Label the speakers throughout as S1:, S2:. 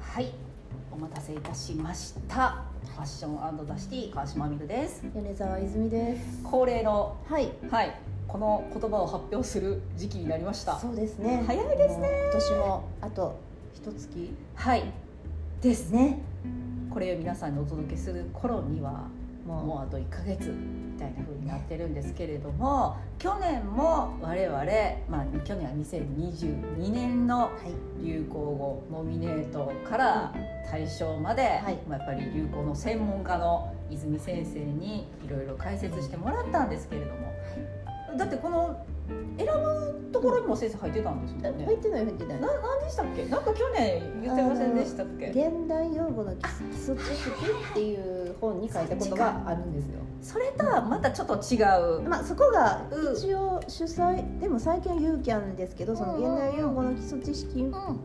S1: はいお待たせいたしましたファッションダシティ川島美久です
S2: 米沢泉です
S1: 恒例の
S2: はい
S1: はいこの言葉を発表する時期になりました
S2: そうですね
S1: 早いですね
S2: もう今年もあと一月
S1: はいです
S2: ね
S1: これを皆さんにお届けする頃には
S2: もう
S1: もうあと1ヶ月みたいな風になってるんですけれども去年も我々、まあ、去年は2022年の
S2: はい
S1: 流行語ノミネートから大賞まで、
S2: はい
S1: まあ、やっぱり流行の専門家の泉先生にいろいろ解説してもらったんですけれども、だってこの選ぶところにも先生入ってたんですもんね。
S2: 入ってない入ってない
S1: な何でしたっけなんか去年言ってませんでしたっけ
S2: 現代用語の基基礎知識っていう本に書いたことがあるんですよ
S1: それとはまたちょっと違う、
S2: まあそこが
S1: うん
S2: 一応主催でも最近はユーキャンですけどその現代用語の基礎知識も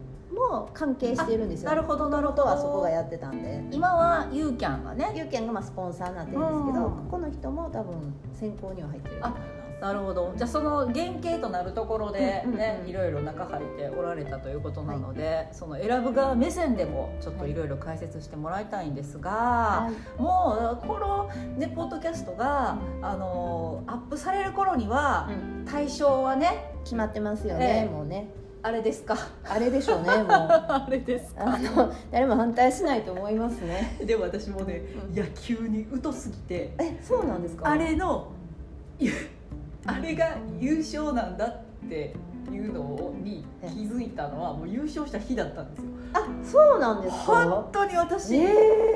S2: 関係してるんですよ
S1: なるほどなるほ
S2: 元
S1: ど
S2: はそこがやってたんで
S1: 今はユーキャンがね
S2: ユーキャンがまあスポンサーになってるんですけど
S1: う
S2: こ
S1: ん
S2: この人も多分選考には入ってると思います
S1: なるほどじゃあその原型となるところで
S2: うんうん
S1: ね、
S2: うん
S1: いろいろ中入っておられたということなので、その選ぶ側目線でもちょっといろいろ解説してもらいたいんですが、
S2: はい
S1: もうこの、ね、ポッドキャストが、あのアップされる頃には
S2: うん
S1: 対象はね
S2: 決まってますよね、
S1: ええ
S2: もうね
S1: あれですか
S2: あれでしょうねもう
S1: あれです
S2: あの誰も反対しないと思いますね
S1: でも私もね
S2: うん
S1: 野球に疎すぎて
S2: えそうなんですか
S1: あれのゆあれが優勝なんだっていうのに気づいたのはもう優勝した日だったんですよ
S2: あそうなんです
S1: 本
S2: か
S1: 当に私、
S2: え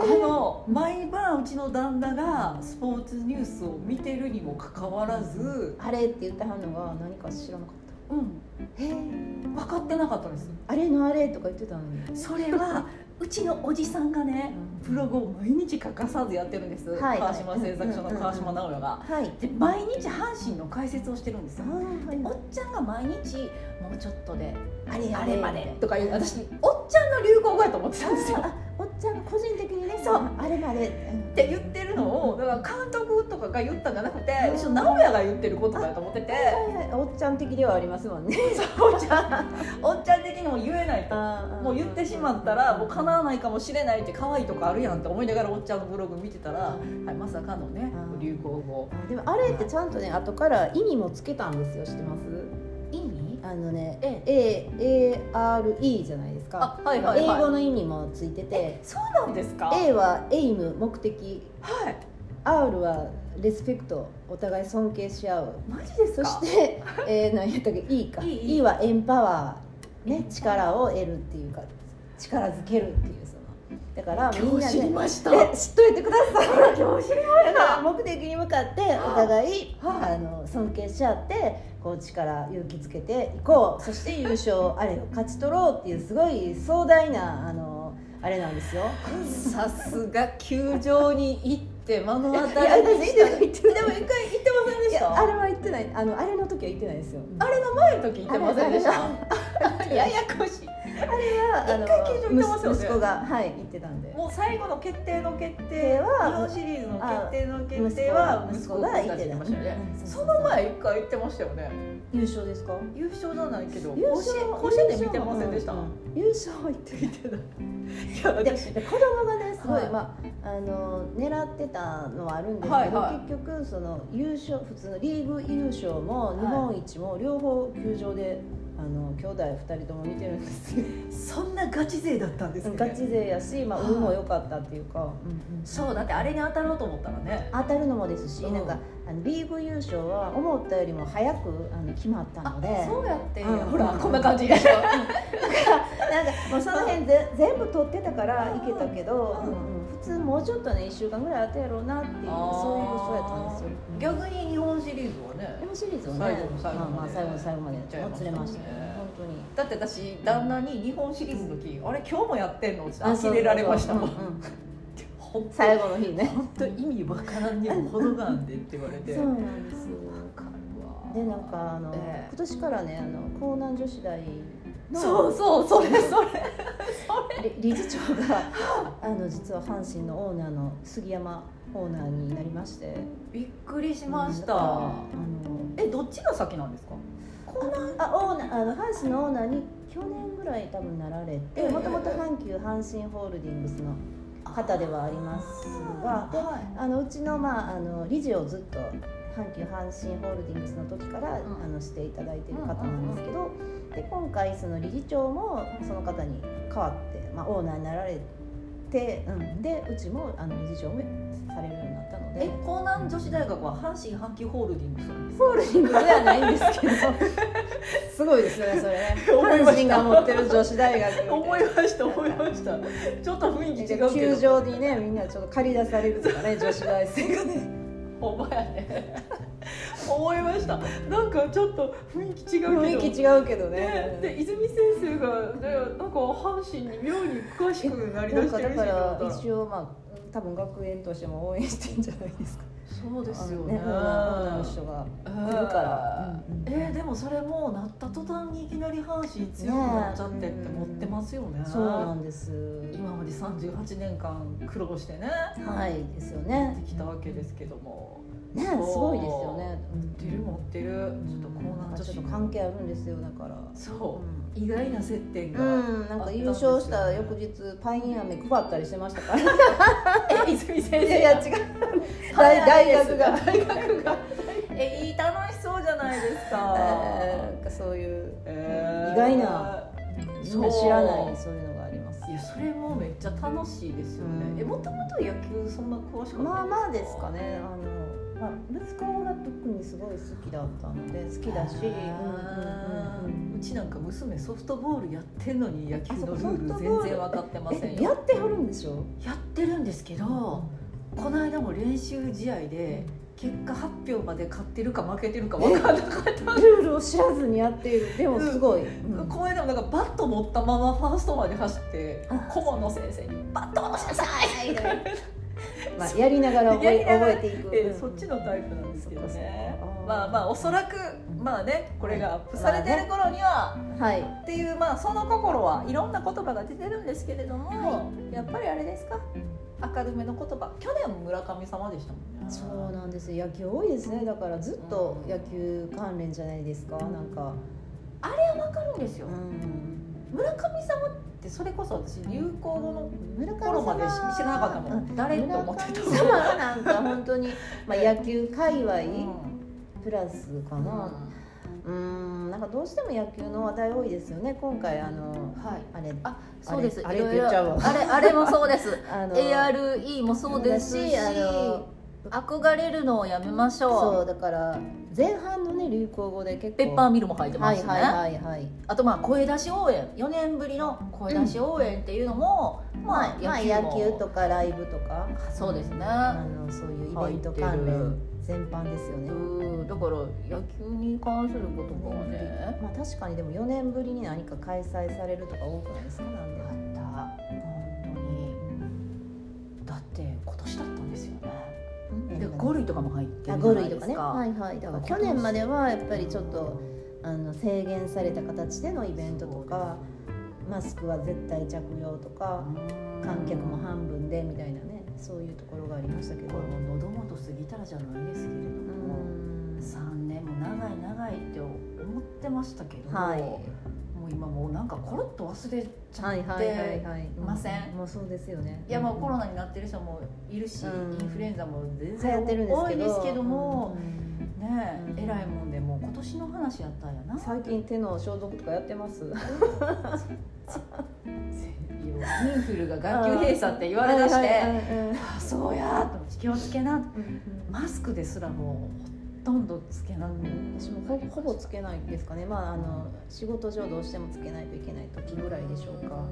S1: あ
S2: え
S1: の毎晩うちの旦那がスポーツニュースを見てるにもかかわらず、
S2: あれって言ってはんのが何か知らなかっ
S1: うん、
S2: たへえ
S1: 分かってなかったんです
S2: あれのあれとか言ってたのに、
S1: それ はうちのおじさんがねブログを毎日欠かさずやってるんです、
S2: はい
S1: 川島製作所の川島直哉が。
S2: はい
S1: で毎日阪神の解説をしてるんですよ。
S2: はい
S1: おっちゃんが毎日もうちょっとで
S2: あれ
S1: あれまでとか言う
S2: 私
S1: 私おっちゃんの流行語やと思ってたんですよ。っ
S2: おっちゃん個人的にね
S1: そう
S2: あれまでって
S1: 言ってるのをだから監督とかが言ったんじゃなくて
S2: うん
S1: 一緒に直哉が言ってることだと思ってて
S2: はいはいおっちゃん的ではありますもんね
S1: そうおっち ゃんおっちゃん的にも言えないと。もう言ってしまったらもう叶わないかもしれないって可愛いとかあるやんって思いながらおっちゃんのブログ見てたら、はい、まさかのね
S2: うん
S1: 流行語
S2: あでもあれってちゃんとね後から意味もつけたんですよ知ってます
S1: 意味
S2: あのね
S1: え
S2: ARE じゃないですか
S1: あはいはいはい
S2: 英語の意味もついてて
S1: そうなんですか、
S2: A はエイム目的
S1: はい
S2: R はレスペクトお互い尊敬し合う
S1: マジです
S2: そ
S1: か
S2: して、えー、何やったっけ E か
S1: E E
S2: E はエンパワーね力を得るっていうか力づけるっていうそのだからみん
S1: 今
S2: な
S1: 日知り
S2: ね
S1: ました
S2: え知っといてください
S1: 今日知り
S2: だから 目的に向かってお互い
S1: はい
S2: あの尊敬し合ってこう力勇気つけていこ うそして優勝あれを勝ち取ろうっていうすごい壮大なあのあれなんですよ。
S1: さすが球場に行って目の当
S2: いや
S1: たり
S2: 私
S1: にし
S2: 言ってな
S1: た
S2: い言って
S1: で
S2: ない
S1: も一回行ってませんで
S2: い
S1: し
S2: や
S1: た
S2: あれは言ってないあのあれの時は言ってないですよ。
S1: あれの前の時行ってませんでし
S2: あ
S1: た ややこしい
S2: あの
S1: 一回球場行ってますよね
S2: 息息子がはい行ってたんで。
S1: もう最後の決定の決定
S2: は
S1: は日本シリーズの決定の決定は息子が言ってましたよね
S2: うん
S1: その前一回行ってましたよね
S2: 優勝ですか？
S1: 優勝じゃないけど
S2: 優
S1: 甲子
S2: 勝
S1: 園甲子園で見てませんでした
S2: う
S1: 見
S2: ん優勝は言ってない。
S1: てないいや
S2: で
S1: 私
S2: 子供がねすごい、
S1: はい
S2: まあ、あの狙ってたのはあるんですけど、
S1: はいはい
S2: 結局その優勝普通のリーグ優勝も日本一も両方球場で、あの兄弟2人とも見てるんです よ
S1: そんなガチ勢だったんですね
S2: ガチ勢やし、まあ、
S1: はい
S2: 運も良かったっていうか、
S1: そうだってあれに当たろうと思ったらね
S2: 当たるのもですし、
S1: うん
S2: なんかあのリーグ優勝は思ったよりも早くあの決まった
S1: あ
S2: ので。
S1: そうやって
S2: うん
S1: ほらこんな感じ
S2: うんなんかもうその辺ぜ全部取ってたからいけたけど、
S1: うん
S2: うん普通もうちょっとね1週間ぐらい当てやろうなっていうそういうそうやったんですよ
S1: 逆に日本シリーズはね
S2: でもシリーズをね
S1: 最後の最後まで
S2: まあ、まあ最後の最後まで
S1: いっちゃいま
S2: も
S1: し
S2: つ
S1: たね
S2: れましたね本当に
S1: だって私旦那に日本シリーズの時「あれ今日もやってんの?」って呆れられましたも
S2: うん
S1: ん
S2: うん
S1: 本当
S2: 最後の日ね
S1: 本当意味わからんにも程があんでって言われて
S2: そうなんですよ
S1: かるわ
S2: でなんかあの、
S1: ええ
S2: 今年からねあの江南女子大の
S1: そうそうそれ それ
S2: り理事長が あの実は阪神のオーナーの杉山オーナーになりまして
S1: びっくりしまし
S2: だ
S1: た
S2: からあの
S1: えどっちが先なんですか江
S2: あオーナーあの阪神のオーナーに去年ぐらい多分なられ
S1: ええ
S2: てもともと阪急阪神ホールディングスの方ではありますがで
S1: は
S2: あのうちの,、まあ、あの理事をずっと阪急阪神ホールディングスの時から、
S1: ん
S2: あのしていただいてる方なんですけど、で今回その理事長もその方に代わって、まあ、オーナーになられて、うん、でうちもあの理事長もされるようになったの
S1: い、え
S2: で。
S1: 江南女子大学は阪神阪急ホールディングスなんですか
S2: ホールディングスではないんですけど すごいですよねそれ ね
S1: 思いました
S2: 阪神が持ってる女子大学みたいな
S1: 思いました思いましたちょっと雰囲気違うけ
S2: 球
S1: ど
S2: 場にねみんなちょっと借り出されるとかね女子大生がね
S1: お前やね 思いましたなんかちょっと雰囲気違うけど
S2: 雰囲気違うけど
S1: ね
S2: ね、
S1: で泉先生が、ね、なんか阪神に妙に詳しくなりだ
S2: なん
S1: し
S2: か
S1: て
S2: だ
S1: るしと思
S2: か
S1: っ
S2: ら
S1: たら
S2: 一応まあ多分学園としても応援してんじゃないですか
S1: そうですよ
S2: あの
S1: ね
S2: オーナーオーナーの人が来るから、うんうん
S1: えーでもそれもうなった途端にいきなり阪神強くなっちゃってって持ってますよね
S2: そうなんです
S1: 今まで38年間苦労してね
S2: はいですよ
S1: やっ
S2: ね
S1: てきたわけですけども
S2: ねすごいですよね
S1: 持ってる持ってるちょっとこうなっち
S2: ちょっ
S1: ゃ
S2: と
S1: っ
S2: 関係あるんですよだから
S1: そうう意外な接点が、
S2: ん、なんか優勝した翌日パイン飴配ったりしてましたからい
S1: え泉先
S2: や
S1: 生
S2: いや違う大大学が
S1: 大学がえいい楽しそうじゃないですか、
S2: なんかそういう
S1: えー
S2: 意外なみんな知らないそういうのがあります
S1: いやそれもめっちゃ楽しいですよ
S2: うん
S1: ね。えもともと野球そんな詳しかったんですか。
S2: まあまあですか。ねあの、まあ、息子が特にすごい好きだったので好きだし、
S1: あー
S2: うんうんうん
S1: うちなんか娘ソフトボールやってんのに野球のル
S2: あそう
S1: ール
S2: ソフトボ
S1: 全
S2: ール
S1: 然分かってません
S2: え
S1: よ。
S2: やってはるんでしょ
S1: やってるんですけど、この間も練習試合で結果発表まで勝ってるか負けてるか分かんなかった。
S2: ルールを知らずにやっているでもすごい、うん
S1: この間もなんかバット持ったままファーストまで走って
S2: あ
S1: 顧問の先生にバット落としなさい。
S2: ま あ、やりながら覚
S1: や
S2: え
S1: りながら
S2: 覚えていく、
S1: えーそっちのタイプなんですけどね
S2: そっかそっか
S1: まあまあおそらくまあねこれがアップされてる頃には
S2: はい
S1: っていうまあその心はいろんな言葉が出てるんですけれどもやっぱりあれですか明るめの言葉去年も村上様でしたもんね
S2: そうなんですよ野球多いですねだからずっと野球関連じゃないですか、なんか、
S1: わかるんですよ
S2: うん、
S1: 村上様ってそれこそ私流行語の
S2: 村
S1: 頃まで知らなかったも
S2: うん
S1: ん誰と思ってた
S2: 村上様はなんか本当に、まあ、野球界隈プラスか
S1: うん
S2: なうんなんかどうしても野球の話題多いですよね今回あの
S1: はい
S2: あれ
S1: あそうです
S2: あれあれって言っちゃうわ
S1: いろいろあれあれもそう です
S2: あの
S1: ARE もそうですし
S2: だ
S1: 憧れるのをやめまし
S2: そ
S1: ょう
S2: うだから前半のね流行語で結構
S1: ペッパーミルも入ってま
S2: はい
S1: すしね、
S2: はいはいはい
S1: あとまあ声出し応援4年ぶりの声出し応援っていうのも、まあ
S2: まあ
S1: 野球
S2: 野
S1: も
S2: 球とかライブとか
S1: そうですね、
S2: あのそういうイベント関連全般ですよね、
S1: うんだから野球に関することとかね
S2: まあ確かにでも4年ぶりに何か開催されるとか多くないですかなんで
S1: あった本当にだって今年だったんですよねで5類とかも入って
S2: あ
S1: るじ
S2: 五
S1: ゃない
S2: 類
S1: で
S2: と
S1: すか
S2: かねはいはいだから去年まではやっぱりちょっとあの制限された形でのイベントとかマスクは絶対着用とか観客も半分でみたいなねそういうところがありましたけど
S1: これもう喉元過ぎたらじゃないですけれど
S2: う
S1: も、
S2: ん
S1: 3年も長い長いって思ってましたけど、
S2: はい
S1: もう今もうなんかコロッと忘れちゃって、
S2: はいいはいはいはい
S1: ません
S2: もうそうですよね
S1: やもうコロナになってる人もいるし、
S2: うん
S1: インフルエンザも全
S2: 流行
S1: 然
S2: ってるんです
S1: 多
S2: け
S1: い
S2: ど
S1: ですけども、
S2: うん
S1: ねえ、
S2: うん
S1: えらいもんでもう今年の話やったんやな。
S2: 最近手の消毒とかやってます
S1: インフルが学級閉鎖って言われだして、あそうやと思って気をつけなマスクですらもうほとんどつけなく
S2: 私もほほぼつけないですかね、まあ、あの仕事上どうしてもつけないといけない時ぐらいでしょうか、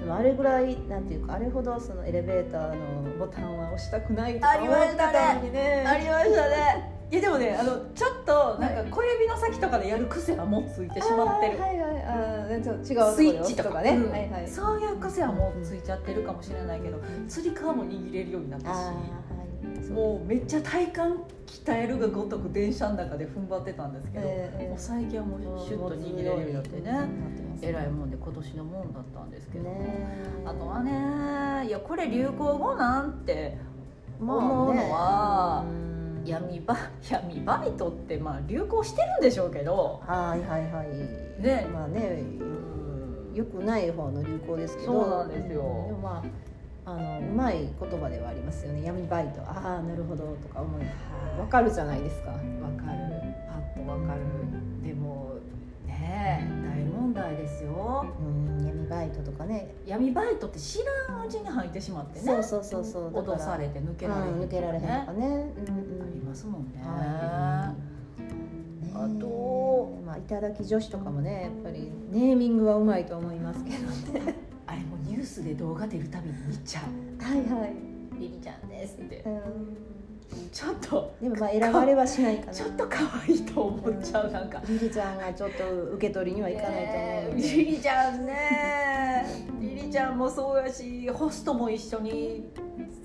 S2: でもあれぐらいなんていうかあれほどそのエレベーターのボタンは押したくないとか思ってたのにね
S1: ありましたね。いやでもね、あのちょっとなんか小指の先とかでやる癖はもうついてしまってる。
S2: はいはいはいあーちょっと違う
S1: スイッチとか
S2: ね、
S1: うん
S2: はいはい
S1: そういう癖はもうついちゃってるかもしれないけど、つり革も握れるようになった
S2: あ
S1: し、
S2: ーはいそう
S1: もうめっちゃ体幹鍛えるがごとく電車の中で踏ん張ってたんですけど、
S2: えーえー
S1: もう最近はもうシュッと握れるようになって
S2: な
S1: ね。
S2: ってます
S1: えらい
S2: ね
S1: もんで今年のもんだったんですけど。あと
S2: ま
S1: はね、いやこれ流行語なんて
S2: あ
S1: 思うのは
S2: ねうん
S1: 闇バ 闇バイトってまあ流行してるんでしょうけど、
S2: はいはいはい
S1: ね
S2: まあねよくない方の流行ですけど
S1: そうなんですよ
S2: でもまああのうまい言葉ではありますよね闇バイトああなるほどとか思うわかるじゃないですか
S1: わかるパッとわかるでもねえ大問題ですよ
S2: うん闇バイトとかね
S1: 闇バイトって知らんうちに入ってしまってね
S2: そうそうそうそうだから
S1: 脅されて抜けられ,、
S2: うん、抜けられへんとかねうん
S1: ありますもんね、
S2: うんはいね
S1: あと
S2: まあ、いただき女子とかもねやっぱりネーミングはうまいと思いま すけどね
S1: あれもニュースで動画出るたびに見ちゃう
S2: はいはい、
S1: 「リリちゃんです」って
S2: うん、
S1: ちょっと
S2: でもまあ選ばれはしないかな
S1: ちょっと可愛いと思っちゃうなんか
S2: リリちゃんがちょっと受け取りにはいかないと思うので、
S1: リリちゃんねリリちゃんもそうやしホストも一緒に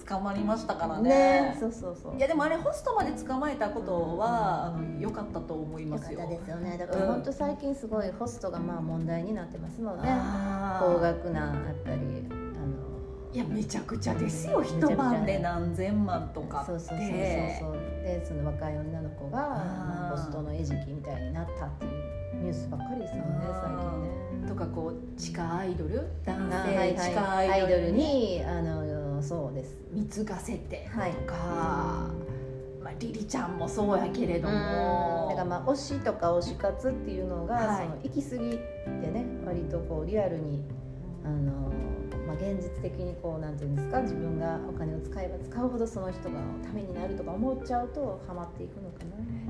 S1: 捕まりましたからね
S2: ねそうそうそう
S1: いやでもあれホストまで捕まえたことはあの良かったと思い
S2: よ
S1: ま
S2: か
S1: す
S2: っ
S1: よ
S2: たですよねだか
S1: う
S2: ら
S1: ん
S2: 本当最近すごいホストがまあ問題になってますもんね
S1: あー
S2: 高額なあったりあ
S1: いやめちゃくちゃですよ一晩で何千万とか
S2: の
S1: って
S2: そうそうそうそうそうでその若い女の子がまあホストの餌食みたいになったっていうニュースばっかりですもんね最近ね
S1: とかこう地下アイドル男
S2: あーは
S1: 性
S2: いはい
S1: 地下ア
S2: アイ
S1: イ
S2: ド
S1: ド
S2: ル
S1: ルに
S2: にあのそうです
S1: 貢がせて
S2: はい
S1: とか、まあ、リリちゃんもそうやけれども
S2: だからまあ推しとか推し活っていうのが、
S1: はい
S2: その行き過ぎてね割とこうリアルにあの、まあ、現実的にこうなんていうんですか自分がお金を使えば使うほどその人がためになるとか思っちゃうとハマっていくのか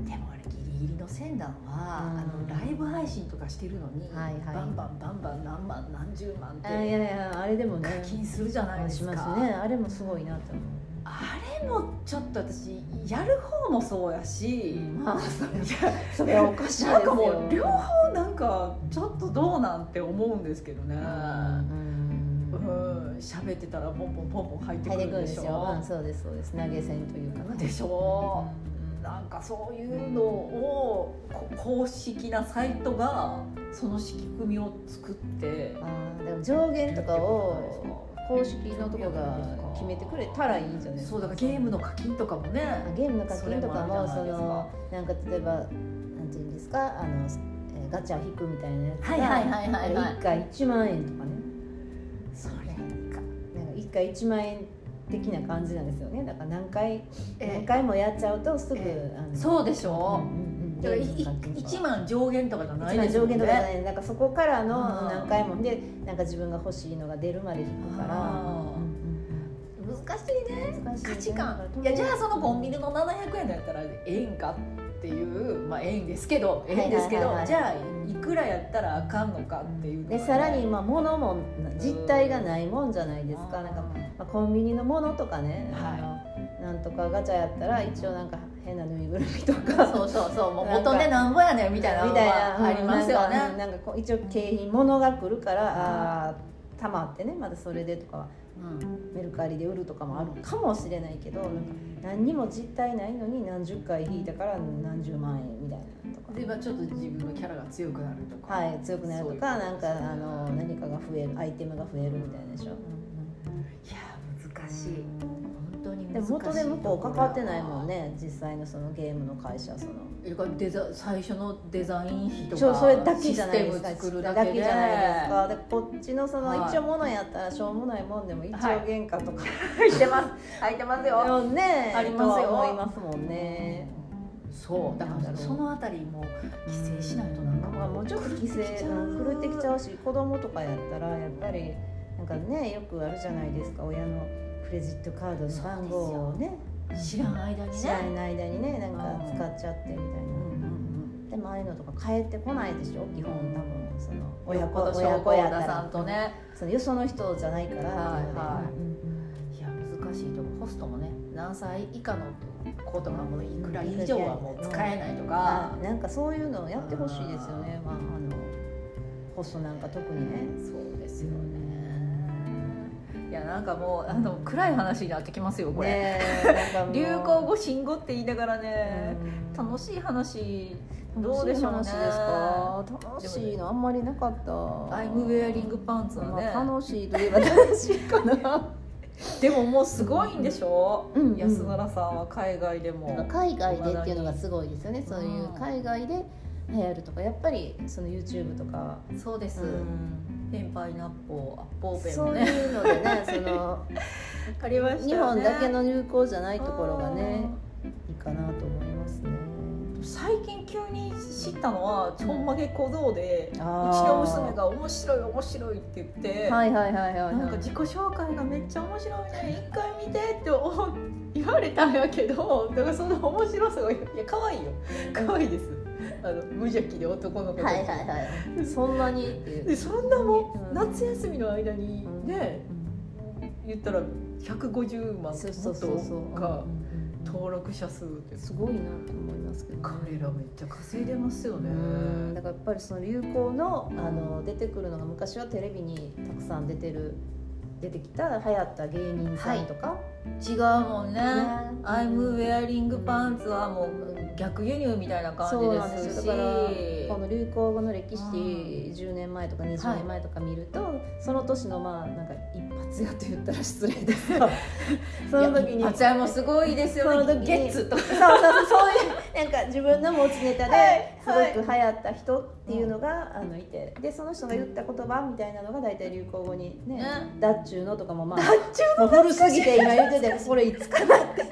S1: でもあれギリギリの線談は、
S2: うん
S1: あのライブ配信とかしてるのに、
S2: はいはい
S1: バンバンバンバン何万何十万っ
S2: な。あい
S1: て
S2: やいやあれでもね
S1: 課金するじゃないです
S2: し
S1: か。
S2: ますねあれもすごいなと思う。
S1: あれもちょっと私やる方もそうやし、
S2: まあそれ
S1: いや
S2: それはおかしいですよ。
S1: なんかもう両方なんかちょっとどうなんて思うんですけどね。
S2: うん
S1: うん、喋ってたらポンポンポンポン入って
S2: 入
S1: く
S2: って
S1: る
S2: くる
S1: んで
S2: で
S1: し
S2: し
S1: ょ。
S2: ょ。うんそうですそうです投げ銭というかな。
S1: でしょ
S2: うん
S1: なんかそういうのをこ公式なサイトがその仕組みを作って
S2: あーでも上限とかを公式のとこが決めてくれたらいいんじゃないです
S1: そ
S2: か
S1: うだからゲームの課金とかもね
S2: あゲームの課金とかも
S1: そ
S2: そ
S1: れも
S2: のなんか例えばなんていうんですかあの、えーガチャ引くみたいなやつが、
S1: いは
S2: あれ一回1万円とかね
S1: それか
S2: なんか1回1万円的な感じなんですよねだから何回何
S1: え
S2: 回もやっちゃうとすぐ、
S1: え
S2: あの
S1: そうでしょ
S2: うんうんうん
S1: だからい
S2: ゲームの課金とか
S1: 1万上限とかじゃない
S2: 一番
S1: ですも
S2: 上
S1: んね
S2: 限とかじゃないなんかそこからの
S1: うん
S2: 何回もでなんか自分が欲しいのが出るまで引くから
S1: あー
S2: うんうんうん
S1: 難しいね
S2: 難しいね
S1: 価値観いやじゃあそのコンビニの700円だったらええんかっていうまあええんですけどええんですけ
S2: はい
S1: ど
S2: はいはいはい
S1: じゃあいくらやったらあかんのかっていうのが
S2: で
S1: ね
S2: さらにまあ物も実体がないもんじゃないですかなんか、まあ、コンビニのものとかね、
S1: は
S2: あのなんとかガチャやったら一応なんか変なぬいぐるみと
S1: い
S2: か
S1: そうそうそうもう
S2: なんか
S1: 元でなんぼやねんみたいなの
S2: みたいな
S1: はありますよ
S2: なんか
S1: ね
S2: なんかこう一応景品物が来るからあーたまってねまたそれでとかは
S1: うん
S2: メルカリで売るとかもあるかもしれないけどなんか何にも実体ないのに何十回引いたから何十万円みたいなとか。
S1: でまあちょっと自分のキャラが強くなるとか
S2: はい、強くなると
S1: そういう
S2: か、なんか、あの、何かが増える、アイテムが増えるみたいなでしょ
S1: いや難しい本当に
S2: で
S1: 難し
S2: も
S1: い
S2: 元で向こう関わってないもんね実際のそのゲームの会社その
S1: だからデザ最初のデザイン費とか
S2: そうそれだけじゃないです
S1: シ
S2: か
S1: ステム作るだけで
S2: じゃないですかでこっちのその
S1: はい
S2: 一応ものやったらしょうもないもんでも一応
S1: はい
S2: 原価と か、
S1: 入ってます入ってますよ
S2: よね
S1: ありますよ
S2: とは思いますもんね
S1: そうだか
S2: なんだろ
S1: ら
S2: う
S1: そのあたりも規制しないとなんか
S2: まあもうちょっと規制うん狂ってきちゃうし子供とかやったらやっぱりなんかねよくあるじゃないですか親のクレジットカードの番号をね
S1: 知らん間にね
S2: 知らない間にねなんか使っちゃってみたいな
S1: う。んうん
S2: でもああいうのとか返ってこないでしょ基本多分その
S1: うんよ
S2: 親
S1: っ
S2: 子
S1: ぽど
S2: 親
S1: 証
S2: 子
S1: 拠
S2: や
S1: や
S2: った
S1: さ
S2: ら
S1: んとね
S2: そのよその人じゃないから
S1: はいはい
S2: うん
S1: いや難しいとこホストもね何歳以下の子とかもいくら以上はもう使えないとか
S2: あ、なんかそういうのをやってほしいですよねまああのホストなんか特にね
S1: そうですよねいやなんかもうあの暗い話になってきますよこれ、
S2: ねえなんかもう
S1: 流行語新語って言いながらね、
S2: うん
S1: 楽しい話どうでしょうね
S2: 楽しい話ですか楽しいのあんまりなかった
S1: アイムウェアリングパンツはね、
S2: まあ楽しいといえば楽しいかな
S1: でももうすごいんでしょ、
S2: うんうん
S1: 安村さんは海外でも、
S2: だから海外でっていうのがすごいですよねそういう海外で流行るとかやっぱりその YouTube とか、
S1: そうです、
S2: うん
S1: ペンパイナッポーアッポーペン
S2: そ
S1: も
S2: う
S1: ね
S2: いうのでねそ の
S1: ありましたよね
S2: 日本だけの流行じゃないところがねいいかなと思いますね。
S1: うん最近急に知ったのはちょんまげ小僧で、
S2: う
S1: う
S2: ち
S1: ちの娘が面白い面白いって言って、
S2: はいはいはいはい、はい、
S1: なんか自己紹介がめっちゃ面白いね一回見てって思う言われたんやけどだからその面白さがいや可愛いよ可愛いですあの無邪気で男の子で,、
S2: はいはいはいそんなにっていう
S1: でそんなも
S2: うん
S1: ん夏休みの間にね、言ったら150万
S2: そう
S1: も
S2: そう
S1: っ
S2: そうそう
S1: とが
S2: うん
S1: 登録者数です
S2: すごいなと思いますけどね、
S1: 彼らめっちゃ稼いでますよ
S2: う
S1: ね
S2: んだからやっぱりその流行のあの出てくるのが昔はテレビにたくさん出てる出てきた流行った芸人さんとか、
S1: 違うもんね
S2: ね
S1: アイムウェアリングパンツはもう逆輸入みたいな感
S2: そうなん
S1: じ
S2: で
S1: ですす
S2: よ
S1: し
S2: だからこの流行語の歴史
S1: うん
S2: 10年前とか20年前とか見ると、その年のまあなんか一発屋と言ったら失礼ですが その時
S1: い
S2: に
S1: や一発屋もすごいですよね。
S2: その時に
S1: ゲッツとか
S2: そうそうそうそういうなんか自分の持ちネタで
S1: はいはい
S2: すごく流行った人っていうのが、あのいてでその人が言った言葉みたいなのが大体流行語にね
S1: ね
S2: 「だっちゅうの」とかもまあ
S1: 発注
S2: もう古すぎて今言っててこれいつかなって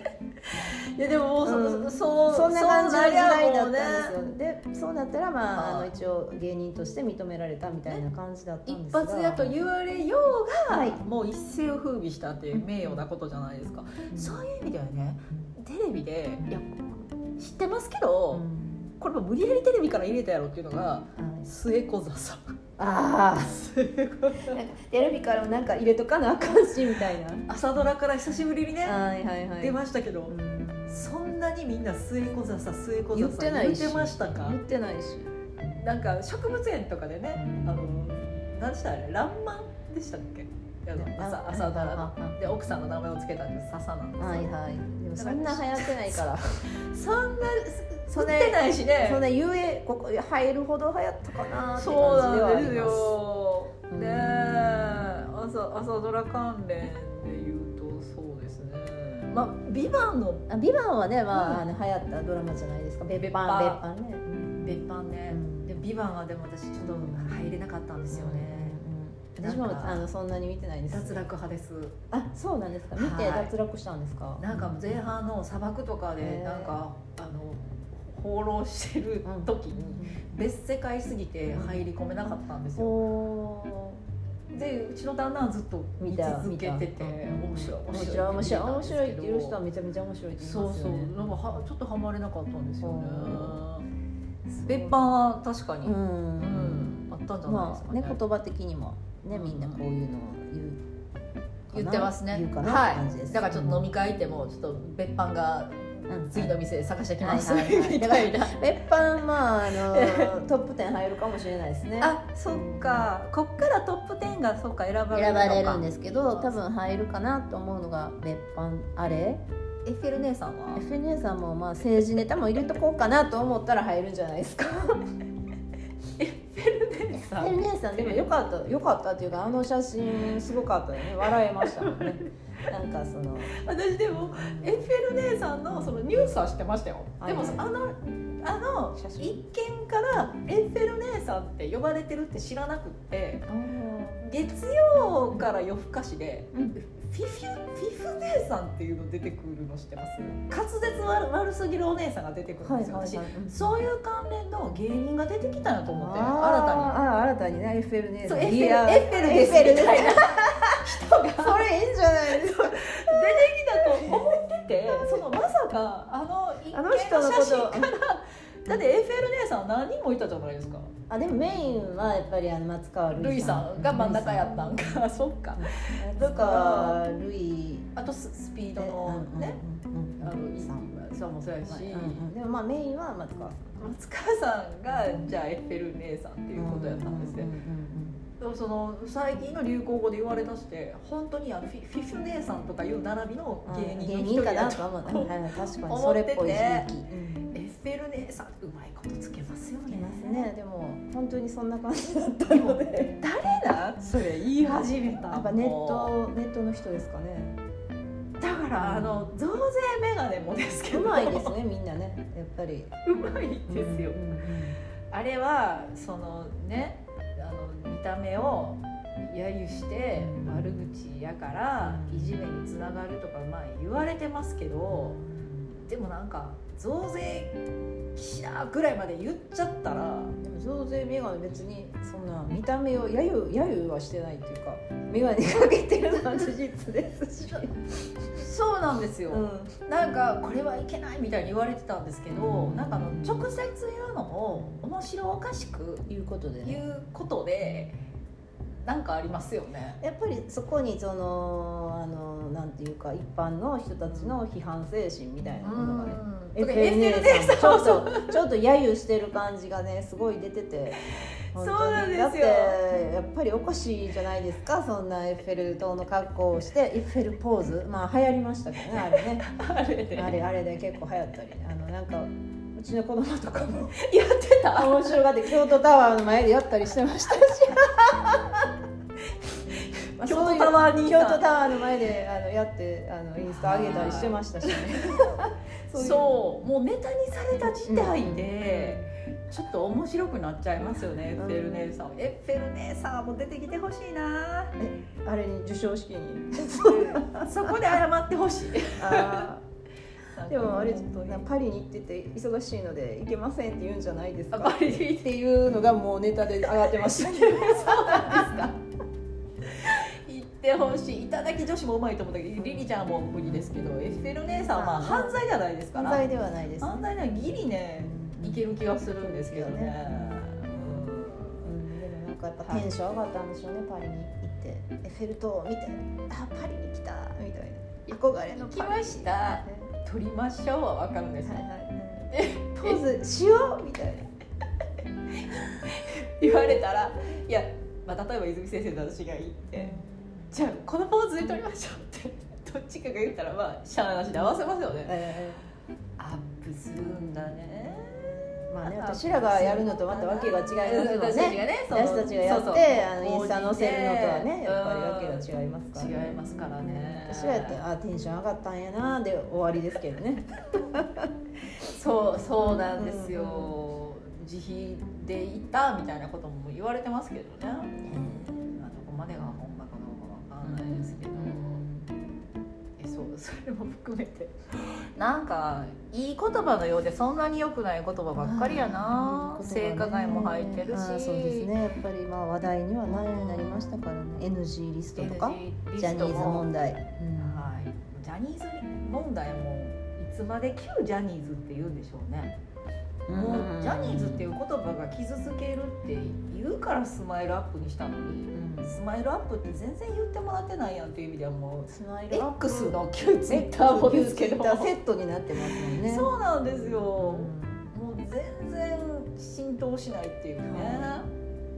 S1: いやでももうそ、
S2: うん
S1: そう
S2: そんな感じの時代だ
S1: そ
S2: っ
S1: うなりゃ
S2: た
S1: もうん
S2: ですよでそうなったらまああ
S1: は
S2: の
S1: い
S2: 一応芸人として認められたみたいな感じだったん
S1: 一
S2: ですが
S1: 発屋と言われようが、
S2: はい
S1: もう一世を風靡したっていう名誉なことじゃないですか、そういう意味ではねテレビでいや知ってますけ
S2: う
S1: ど、
S2: ん
S1: これも無理やりテレビから入れたやろっていうのが
S2: はい
S1: 末子座さん
S2: あ
S1: 末子座
S2: あなんかテレビからもなんか入れとかなあかんしみたいな
S1: 朝ドラから久しぶりにね、
S2: はいはいはい
S1: 出ましたけど、
S2: うん
S1: そんなにみんな末子座さん末子
S2: 言
S1: 座
S2: っ
S1: さ
S2: て
S1: ん
S2: ないし
S1: 言ってましたか
S2: 言ってないし
S1: なんか植物園とかでね、
S2: うん
S1: あの、なんでしたあれ、らんまんでしたっけ。あの朝、朝ドラ
S2: あ
S1: の。で、奥さんの名前をつけたんです、笹なんですよ。
S2: はいはいでもそんな流行ってないから
S1: そんな、
S2: そ
S1: それ、
S2: れ
S1: 売ってないし
S2: そん
S1: ね。
S2: なゆえここ入るほど流行ったかなって
S1: そう
S2: 感じでは
S1: な
S2: あ
S1: んです
S2: ります
S1: よ。
S2: うん
S1: ねえ、朝、朝ドラ関連で言うと、そうですね。まあ、ビバンの
S2: あビバンはね、まあ、
S1: う
S2: あの流行ったドラマじゃないですか。ベベパン、
S1: ベ
S2: ベッ
S1: ッ
S2: パンね。
S1: 別版ね
S2: うん
S1: で、ビバンはでも、私、ちょっと入れなかったんですよね。
S2: うん。私も
S1: なんか
S2: あのそんなに見てないです。
S1: 脱落派です。
S2: あ、そうなんですか。見て
S1: はい
S2: 脱落したんですか。
S1: なんか前半の砂漠とか
S2: へ
S1: で
S2: ー
S1: なんかあの放浪してる時に別世界すぎて入り込めなかったんです
S2: お
S1: よ
S2: お
S1: でうちの旦那はずっと見続けてて面白い
S2: ー。面白い面白い面白いって言う人は
S1: は
S2: めちゃめちゃ面白いって言います
S1: そ
S2: よ
S1: う
S2: ね。
S1: そうなんかはちょっとハマれなかったんですよね
S2: そう
S1: 別版は確かに、
S2: う
S1: うん
S2: ん。
S1: あったんじゃないで
S2: ますあ
S1: かね,、
S2: ね言葉的にもねみんなこういうのを言うかな。
S1: 言ってますね
S2: 言うかなって感じ
S1: は
S2: で
S1: い
S2: す。
S1: だからちょっと飲み会行ってもちょっと別版が
S2: うん
S1: 次の店探してきました
S2: はいはいは い
S1: みたいな
S2: 別班まああのトップ10入るかもしれないですね
S1: あそっかこっからトップ10がそうか選ばれる
S2: 選
S1: のか
S2: ばれるんですけど多分入るかなと思うのが別班あれ
S1: エッフェル姉さんは
S2: FNA さんもまあ政治ネタも入れとこうかなと思ったら入るんじゃないですか
S1: 姉さ
S2: FNA さんでもよかったよかったっていうかあの写真すごかったよね笑えましたも んねなんかその
S1: 私でもエッフェル姉さんのそのニュースは知ってましたよ、
S2: はいはい
S1: でもあのあの
S2: 写真
S1: 一見からエッフェル姉さんって呼ばれてるって知らなくって月曜から夜更かしで、
S2: うん
S1: フィフィフィフ姉さんっていうの出てくるの知ってます滑舌悪悪すぎるお姉さんが出てくるん
S2: はい
S1: ですよ、
S2: はいはい
S1: 私そういう関連の芸人が出てきたんやと思って新たに
S2: あー新たにね FNA
S1: そ
S2: さ
S1: うんエッフ
S2: い
S1: ェ
S2: や
S1: ルエッフェルです
S2: エッフェル
S1: みたいな 人が出てき
S2: それいいんじゃないですか
S1: たと思って てそのまさかあの一見
S2: あの
S1: の写
S2: 人のこと
S1: 真からだってエッフェル姉さん何人もいたじゃないですか
S2: あでもメインはやっぱりあの松川
S1: ル
S2: る
S1: イ
S2: い
S1: さんが真ん中やったんかそっか
S2: とかルイ
S1: あとススピー
S2: で
S1: ドのね
S2: うん
S1: あ
S2: うんうん
S1: の
S2: ルイさん
S1: そうもそうやし
S2: うんうんでもまあメインは松川さん
S1: 松川さんがじゃあエッフェル姉さんって
S2: て
S1: いうことやったんですねでもその最近の流行語で言われたして本当にあのフィフィフ姉さんとかいう並びの芸人の一人
S2: か
S1: や
S2: な
S1: と
S2: と思ううんはいはい確かに
S1: 思
S2: そ
S1: っ
S2: れ
S1: て
S2: ってぽい雰囲気
S1: エッフェル姉さんうまいことつけますよ
S2: い
S1: ね
S2: ますねでも本当にそんな感じだった
S1: でも
S2: ので
S1: 誰ななそれ言い始めた
S2: やっぱネッ
S1: も
S2: トネットの人ですかね
S1: うだからあの増税メガネもですけ
S2: う
S1: ど
S2: まいですねみんなねやっぱり
S1: うまいですよ、
S2: うんうん
S1: あれはそのねあの見た目を揶揄して悪口やからいじめにつながるとかまあ言われてますけどでもなんか増税岸田ぐらいまで言っちゃったら
S2: でも増税メガネ別にそんな見た目を揶揄揶揄はしてないっていうかメガネかけてるのは事実ですし、
S1: そうなんですよ、
S2: うん、
S1: なんかこれはいけないみたいに言われてたんですけどなんかあの直接言うのも面白おかしく
S2: いうことで
S1: 言
S2: ね
S1: うことでなんかありますよね。
S2: やっぱりそこにそのあのなんていうか一般の人たちの批判精神みたいなものがね、
S1: エッフ
S2: FNA
S1: ェル姉さん
S2: ちょ
S1: そう
S2: っ
S1: そう
S2: とちょっと揶揄してる感じがねすごい出てて
S1: そうなんですよ
S2: 本当にだってやっぱりおかしいじゃないですかそんなエッフェル塔の格好をしてエッフェルポーズまあ流行りましたけどねあれね
S1: あれで
S2: あれあれで結構流行ったりあのなんかうちの子供とかも
S1: やってた
S2: 面白がって京都タワーの前でやったりしてましたし、まあ
S1: 京
S2: そ
S1: 都
S2: ういう
S1: タワーにい
S2: 京
S1: た
S2: 都タワーの前であのやってあのインスタ上げたりしてましたし、ね、
S1: そう
S2: いう
S1: もうネタにされた事態で、ちょっと面白くなっちゃいますよね、エッフェル姉さんエッフェル姉さんも出てきてほしいな
S2: あれに授賞式に
S1: そこで謝ってほしい
S2: あ ーでもあれちょっと
S1: な
S2: なんん
S1: か
S2: かパリに行ってて忙しいので行けませんって言うんじゃないです
S1: あ
S2: か
S1: パリでいい
S2: っていうのがもうネタで上がってましたけ ど
S1: そうなん ですか行ってほしいいただき女子もうまいと思ったけどリリちゃんはもう無理ですけどエッフェル姉さんはまあ犯罪じゃないですから
S2: 犯罪ではないです、
S1: 犯罪ならギリねいける気がするんですけどね
S2: うんでもなんかやっぱテンション上がったんでしょうね、パリに行ってエッフェル塔を見てあパリに来たみたいな憧れ
S1: 行
S2: の
S1: き
S2: パリ
S1: ました撮りましょうはわかるんです
S2: は
S1: よ
S2: いはい、ポーズしようみたいな
S1: 言われたらいや、まあ、例えば泉先生と私が行ってじゃあこのポーズで撮りましょうってどっちかが言ったらまあしゃあなしで合わせますよね
S2: え
S1: アップするんだね
S2: ーまあね私らがやるのとまたわけが違いますもん
S1: 私たち
S2: ね
S1: がねその
S2: 私たちがやって
S1: そうそう
S2: あのインスタ載せるのとはねやっぱりわけが違いますから、
S1: 違いますからね
S2: 私らやったらあテンション上がったんやなで終わりですけどね
S1: そうそうなんですよ、自費で行ったみたいなことも言われてますけどね、まあ、どこまでが本場かどうかわかんないですけど、えそうそれも含めて なんかいい言葉のようでそんなに良くない言葉ばっかりやな、性加害も入ってるし、
S2: あーそうですねやっぱりまあ話題にはなるようになりましたからね NG リストとか
S1: NG リ
S2: ジャ
S1: ス
S2: ニ
S1: ト
S2: ーズ
S1: も
S2: 問題、
S1: はいジャニーズ問題もいつまで旧ジャニーズって言うんでしょうね
S2: うん
S1: もうジャニーズっていう言葉が傷つけるって言うからスマイルアップにしたのにスマイルアップって全然言ってもらってないやんっていう意味ではもう
S2: スマイルアップ
S1: X の旧ツイッターもですけど
S2: Twitter セットになってますもんね
S1: そうなんですよ
S2: う
S1: も
S2: ん
S1: う全然浸透しないっていうね
S2: は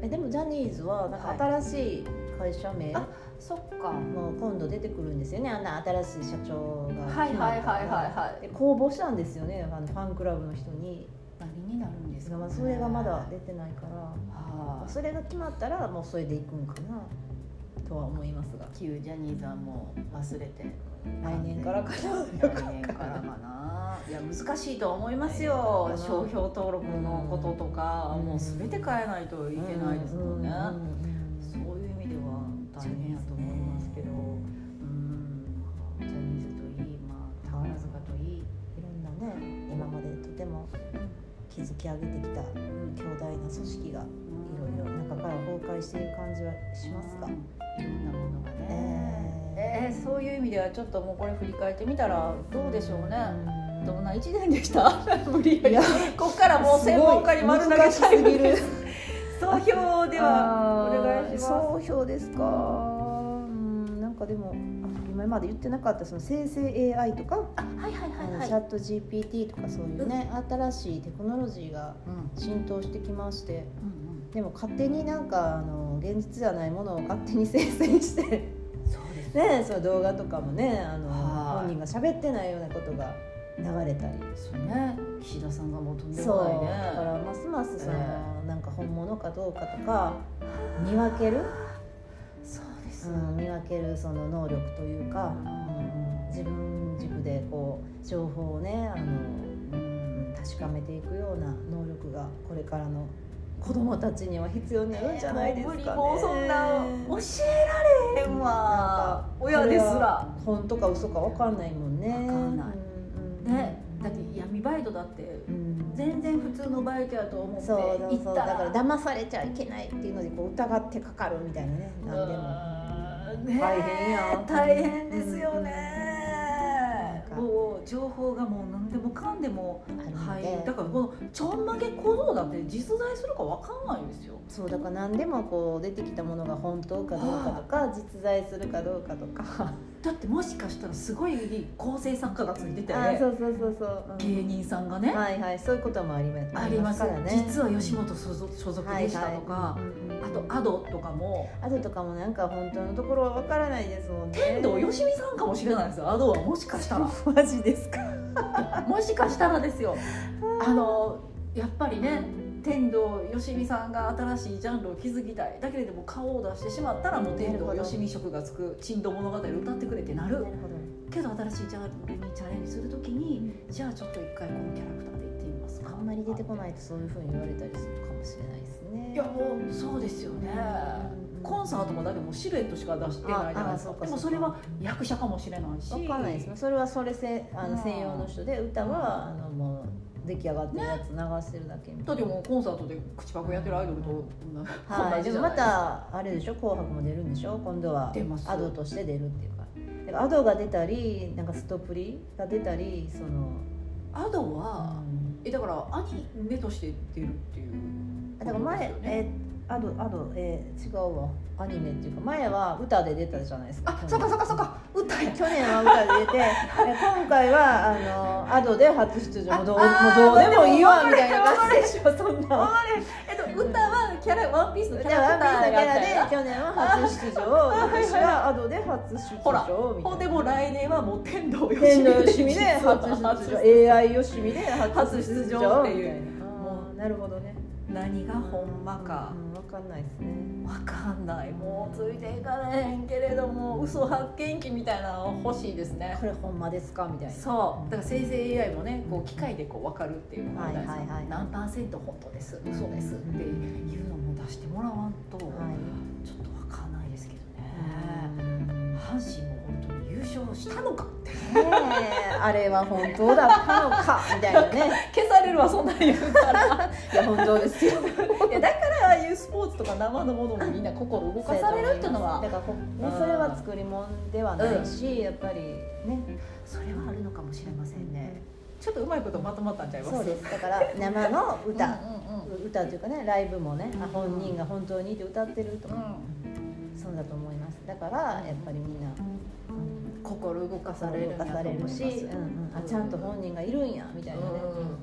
S2: えでもジャニーズはなん
S1: は
S2: か
S1: い
S2: 新しい会社名
S1: あそっか
S2: もう今度出てくるんですよねあんな新しい社長が
S1: はいはいはいはいはい
S2: で公募したんですよねあのファンクラブの人に
S1: 何になるんですか、
S2: ま
S1: ね
S2: あ、それがまだ出てないから
S1: は
S2: それが決まったらもうそれでいくんかなとは思いますが
S1: い旧ジャニーズはもう忘れて
S2: 来年からかな
S1: 来年からかな。いや難しいとは思いますよ。
S2: うん
S1: 商標登録のこととか、
S2: うん
S1: もうすべて変えないといけないですもんね。
S2: うん
S1: そういう意味では大変やと思いますけど、うん、ジャニーズといい、まあ宝塚といい、
S2: いろんなね今までとても築き上げてきた
S1: うん、
S2: 強大な組織がいろいろ中から崩壊している感じはしますが
S1: うん、いろんなものがね。
S2: えー
S1: えーそういう意味ではちょっともうこれ振り返ってみたらどうでしょうね。
S2: ど
S1: ど
S2: うん
S1: な一年でした 無理や
S2: い
S1: り
S2: や
S1: こっからもう専門家に丸投げ
S2: す
S1: タイ
S2: ご
S1: ム
S2: い難しすぎる
S1: 総評ではお願いします。
S2: 総評ですかうんなんかでもあ今まで言ってなかったその生成 AI とか、
S1: あはいはいはいはい。
S2: チャット GPT とかそういうね、新しいテクノロジーが
S1: うん
S2: 浸透してきまして
S1: うん
S2: でも勝手になんかあの現実じゃないものを勝手に生成して ね
S1: うん。そうです。
S2: その動画とかもねあの
S1: はい
S2: 本人が喋ってないようなことが流れたり。
S1: そうね。岸田さんがもうとんで
S2: そう
S1: もないね。
S2: だからますますその、
S1: え
S2: なんか本物かどうかとか見分ける
S1: です、
S2: うん、見分けるその能力というか、うん自分軸でこう情報をねあの、うん、確かめていくような能力がこれからの子供たちには必要になるんじゃないですかね。
S1: ねもう無理もうそんな教えられへんわ
S2: なんか
S1: 親ですら
S2: 本当か嘘かわかんないもんね。
S1: わかんない
S2: うんうん
S1: ねだって闇バイトだって
S2: うん
S1: 全然普通のバイトやと思って
S2: そうそう
S1: 行
S2: そ
S1: っ
S2: う
S1: た
S2: だ
S1: ら
S2: から騙されちゃいけないっていうのでこう疑ってかかるみたいなね何で
S1: う
S2: も
S1: ーんねえ
S2: 大変やん
S1: 大変ですよ
S2: うん
S1: ね
S2: なんか
S1: もう情報がもう何でもかんでも
S2: あるの
S1: 入
S2: で
S1: るだからこのちょんまげ小僧だって実在するか分かんないんですよ
S2: そうだから何でもこう出てきたものが本当かどうかとか実在するかどうかとか
S1: だってもしかしたらすごい構成作家がついてて
S2: あそうそうそうそう、うん
S1: 芸人さんがね
S2: はいはいそういうこともあります
S1: あります
S2: からね
S1: 実は吉本所属所属でしたとか
S2: うんうん
S1: あとアドとかも
S2: あととかもなんか本当のところはわからないですもんね
S1: 天童よしみさんかもしれないですよアドはもしかしたら
S2: マジですか
S1: もしかしたらですよあのやっぱりね天童よしみさんが新しいジャンルを築きたいだけれども顔を出してしまったらもう天童よしみ色がつく「珍道物語」歌ってくれってなる
S2: なるほど
S1: けど新しいジャンルにチャレンジするときにじゃあちょっと一回このキャラクターでいってみますか
S2: あんまり出てこないとそういうふうに言われたりするかもしれないですね
S1: いやもうそうですよね、
S2: うん
S1: コンサートもだけもうシルエットしか出してないじゃないです
S2: ああそう
S1: か
S2: か
S1: でもそれは役者かもしれないし
S2: わかんないですねそれはそれせあ
S1: うん
S2: の専用の人で歌はあのもう出来上がってるやつ流してるだけみた
S1: だ
S2: い
S1: ってもうコンサートで口パクやってるアイドルと同じ
S2: な、はい、で
S1: じ
S2: も
S1: ゃな
S2: ま
S1: いか
S2: たあれでしょ「紅白」も出るんでしょ今度は
S1: 出ます
S2: アドとして出るっていうかだからアドが出たりなんかストプリが出たりその
S1: アドは
S2: うん
S1: えだからアニメとして出るっていう
S2: あだから前
S1: そうですよ
S2: え
S1: ね
S2: アドアドえー違うわアニメっていうか前は歌で出たじゃないですか
S1: あそっかそっかそっか歌や
S2: 去年は歌で出てえ今回はあのアドで初出場もうどうも
S1: ああー
S2: うどうでもいいわ
S1: でも
S2: みたいな感じでしょそんな
S1: あれえっと歌はキャラワンピースのキ
S2: じ
S1: ャラ
S2: ゃあ
S1: クタ
S2: ワンピース
S1: ー
S2: の
S1: やったやん
S2: キャラで去年は初出場私はアドで初出
S1: ほら
S2: 場みた
S1: ほ
S2: い
S1: んで
S2: な
S1: もう来年はもう天童よしみ
S2: 天童よしみで初
S1: 初
S2: 出
S1: 出場
S2: 場 AI よしみで初
S1: 初
S2: 出
S1: 出場
S2: 場
S1: って
S2: みた
S1: い
S2: いな
S1: う
S2: もうなるほどね
S1: 何がほんまか
S2: うんわかんないですね
S1: わかんないもうついていかれへんけれども嘘発見器みたいなの欲しいですね
S2: これほんまですかみたいな
S1: そうだから生成 AI もねこう機械でこう分かるっていうのが大事
S2: はいはいはい
S1: 何パーセント本当です嘘ですっていうのも出してもらわんと、
S2: はい
S1: ちょっと分かんないですけどね、
S2: うんね
S1: 阪神も本当に優勝したのかって
S2: えあれは本当だったのかみたいなね
S1: 消されるわそんなん言うから
S2: いや本当です よ
S1: いやだからああいうスポーツとか生のものもみんな心動かされるっていうのは
S2: だからこ、ね
S1: うん、
S2: それは作り物ではないし、やっぱりね
S1: それはあるのかもしれませんね、ちょっとうまいことまとまったんちゃいます
S2: そうですだから生の
S1: 歌、
S2: 歌歌というかねライブもね、あ本人が本当にって歌ってるとか、そうだと思いますだからやっぱりみんな
S1: 心動かされる
S2: 動
S1: んや
S2: か
S1: と思
S2: さ
S1: い
S2: れ
S1: ま
S2: る
S1: す
S2: し、うんうん、あちゃんと本人がいるんやみたいなね、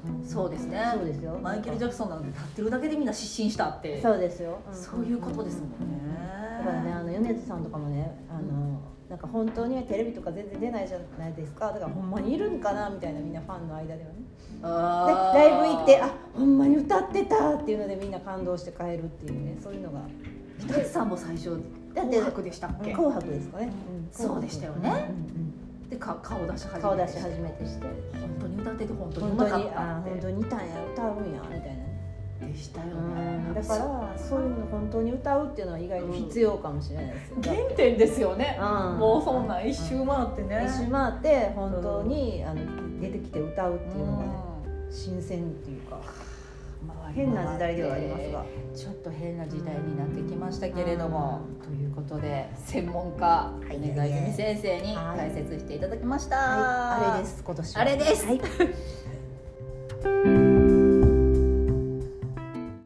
S1: うんそうですね
S2: そうですよ
S1: マイケル・ジャクソンなんて立ってるだけでみんな失神したって
S2: そうですよ、んんん
S1: そういうことですもんね
S2: だからねあの米津さんとかもねあの、なんか本当にはテレビとか全然出ないじゃないですかだからほんまにいるんかなみたいなみんなファンの間ではねで
S1: あー
S2: ライブ行ってあほんまに歌ってたっていうのでみんな感動して帰るっていうねそういうのが
S1: 北地さんも最初
S2: だって
S1: 紅白でしたっけ
S2: 紅白ですかね、
S1: そうでしたよね
S2: うんうん
S1: でか顔出し
S2: う
S1: 始め
S2: ん顔出し初めてして
S1: 本当に歌ってて本当にう
S2: 本
S1: ま
S2: 当
S1: かっ
S2: に
S1: た
S2: あ
S1: っ
S2: 本当
S1: て
S2: にいたんや歌うんやみたいなね
S1: でしたよ
S2: うん
S1: ね
S2: だからそういうの本当に歌うっていうのは意外と必要かもしれないですよ、
S1: 原点ですよね
S2: うん
S1: もうそんなん一周回ってね
S2: 一周回って本当に、あの出てきて歌うっていうのがね、新鮮っていうか変な時代ではありますが
S1: ちょっと変な時代になってきましたけれども、ということで専門家
S2: はい
S1: 米沢泉先生に
S2: はい
S1: 解説していただきました、
S2: はいあれです今年は
S1: あれです
S2: はい